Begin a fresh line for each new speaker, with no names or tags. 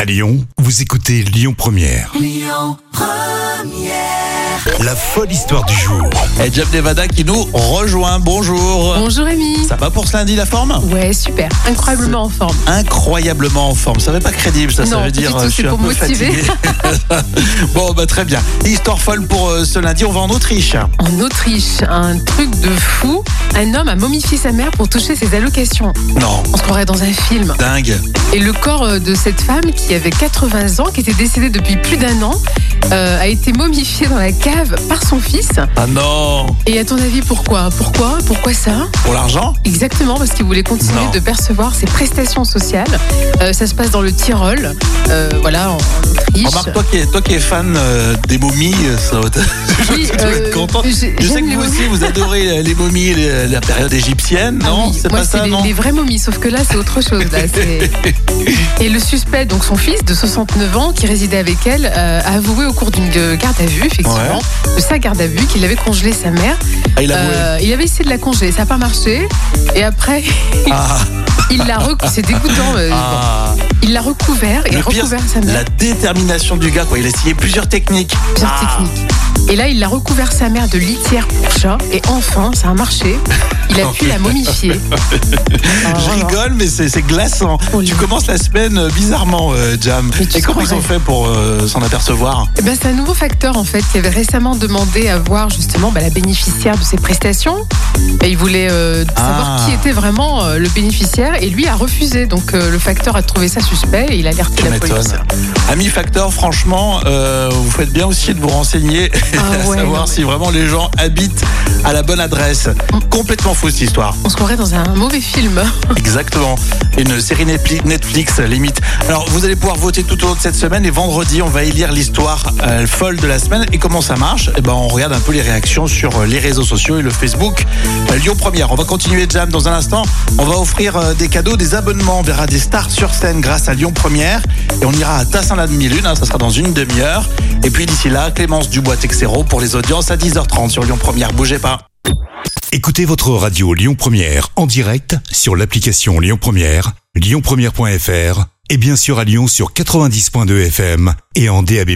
À Lyon, vous écoutez Lyon Première. Lyon Première. La folle histoire du jour.
Et Jeff Devada qui nous rejoint. Bonjour.
Bonjour Rémi.
Ça va pour ce lundi la forme
Ouais, super. Incroyablement en forme.
Incroyablement en forme. Ça fait pas crédible ça. ça
Non, pas
veut dire
du tout,
euh, je
c'est
suis un
pour
peu
motiver.
fatigué. bon bah très bien. Histoire folle pour euh, ce lundi. On va en Autriche.
En Autriche, un truc de fou. Un homme a momifié sa mère pour toucher ses allocations.
Non.
On se croirait dans un film.
Dingue.
Et le corps euh, de cette femme qui avait 80 ans, qui était décédée depuis plus d'un an, euh, a été momifié dans la cave par son fils.
Ah non.
Et à ton avis, pourquoi Pourquoi Pourquoi ça
Pour l'argent
Exactement, parce qu'il voulait continuer
Non.
de percevoir ses prestations sociales. Euh, ça se passe dans le Tyrol, euh, voilà, en en Autriche.
Remarque toi qui es, toi qui es fan euh, des momies, euh, ça va te- je
Oui,
sais que tu vas être
euh,
content.
j'ai-
Je sais
j'aime
que
les
vous aussi vous adorez euh, les momies, et les- la période égyptienne,
Ah
non
oui,
C'est
moi,
pas ça,
les,
non
les vraies momies, sauf que là, c'est autre chose. là, c'est- Et le suspect, donc son fils de 69 ans, qui résidait avec elle, euh, a avoué au cours d'une euh, garde à vue, effectivement, de sa garde à vue, qu'il avait congelé sa mère.
Ah, il a avoué.
Euh, il avait essayé de la congeler, ça n'a pas marché. Et après,
Ah,
il l'a recou- c'est dégoûtant. euh,
ah.
bon. Il l'a recouvert, il
Le
a
pire,
recouvert sa mère.
La détermination du gars, quoi. Il a essayé plusieurs techniques.
Pire
Ah.
technique. Et là, il l'a recouvert sa mère de litière pour chat. Et enfin, ça a marché. Il a pu la momifier. Ah,
Je
vraiment.
rigole, mais c'est c'est glaçant.
Oh là.
tu commences la semaine euh, bizarrement, euh, Jam.
Mais tu
Et comment ils
croirais.
ont fait pour euh, s'en apercevoir
Eh ben, c'est un nouveau facteur en fait qui avait récemment demandé à voir justement bah, la bénéficiaire de ses prestations. Et il voulait euh, savoir
Ah.
qui était vraiment euh, le bénéficiaire et lui a refusé. Donc euh, le facteur a trouvé ça suspect et il a alerté
Tu
la police.
m'étonnes. Ami Factor, franchement, euh, vous faites bien aussi de vous renseigner à
Ah ouais,
savoir
non, mais- Mm.
si vraiment les gens habitent à la bonne adresse. Complètement fausse histoire.
On se croirait dans un mauvais film.
Exactement. Une série Netflix, Netflix, euh, limite. Alors, vous allez pouvoir voter tout au long de cette semaine et vendredi, on va élire l'histoire euh, folle de la semaine. Et comment ça marche Eh ben, on regarde un peu les réactions sur euh, les réseaux sociaux et le Facebook euh, Lyon Première. On va continuer Jam dans un instant. On va offrir euh, des cadeaux, des abonnements. On verra des stars sur scène grâce à Lyon Première. Et on ira à Tassin la demi-lune. hein, ça sera dans une demi-heure. Et puis d'ici là, Clémence Dubois-Texero pour les audiences à 10h30 sur Lyon Première. Bougez pas.
Écoutez votre radio Lyon Première en direct sur l'application Lyon Première, lyonpremière.fr et bien sûr à Lyon sur 90.2 FM et en DAB+.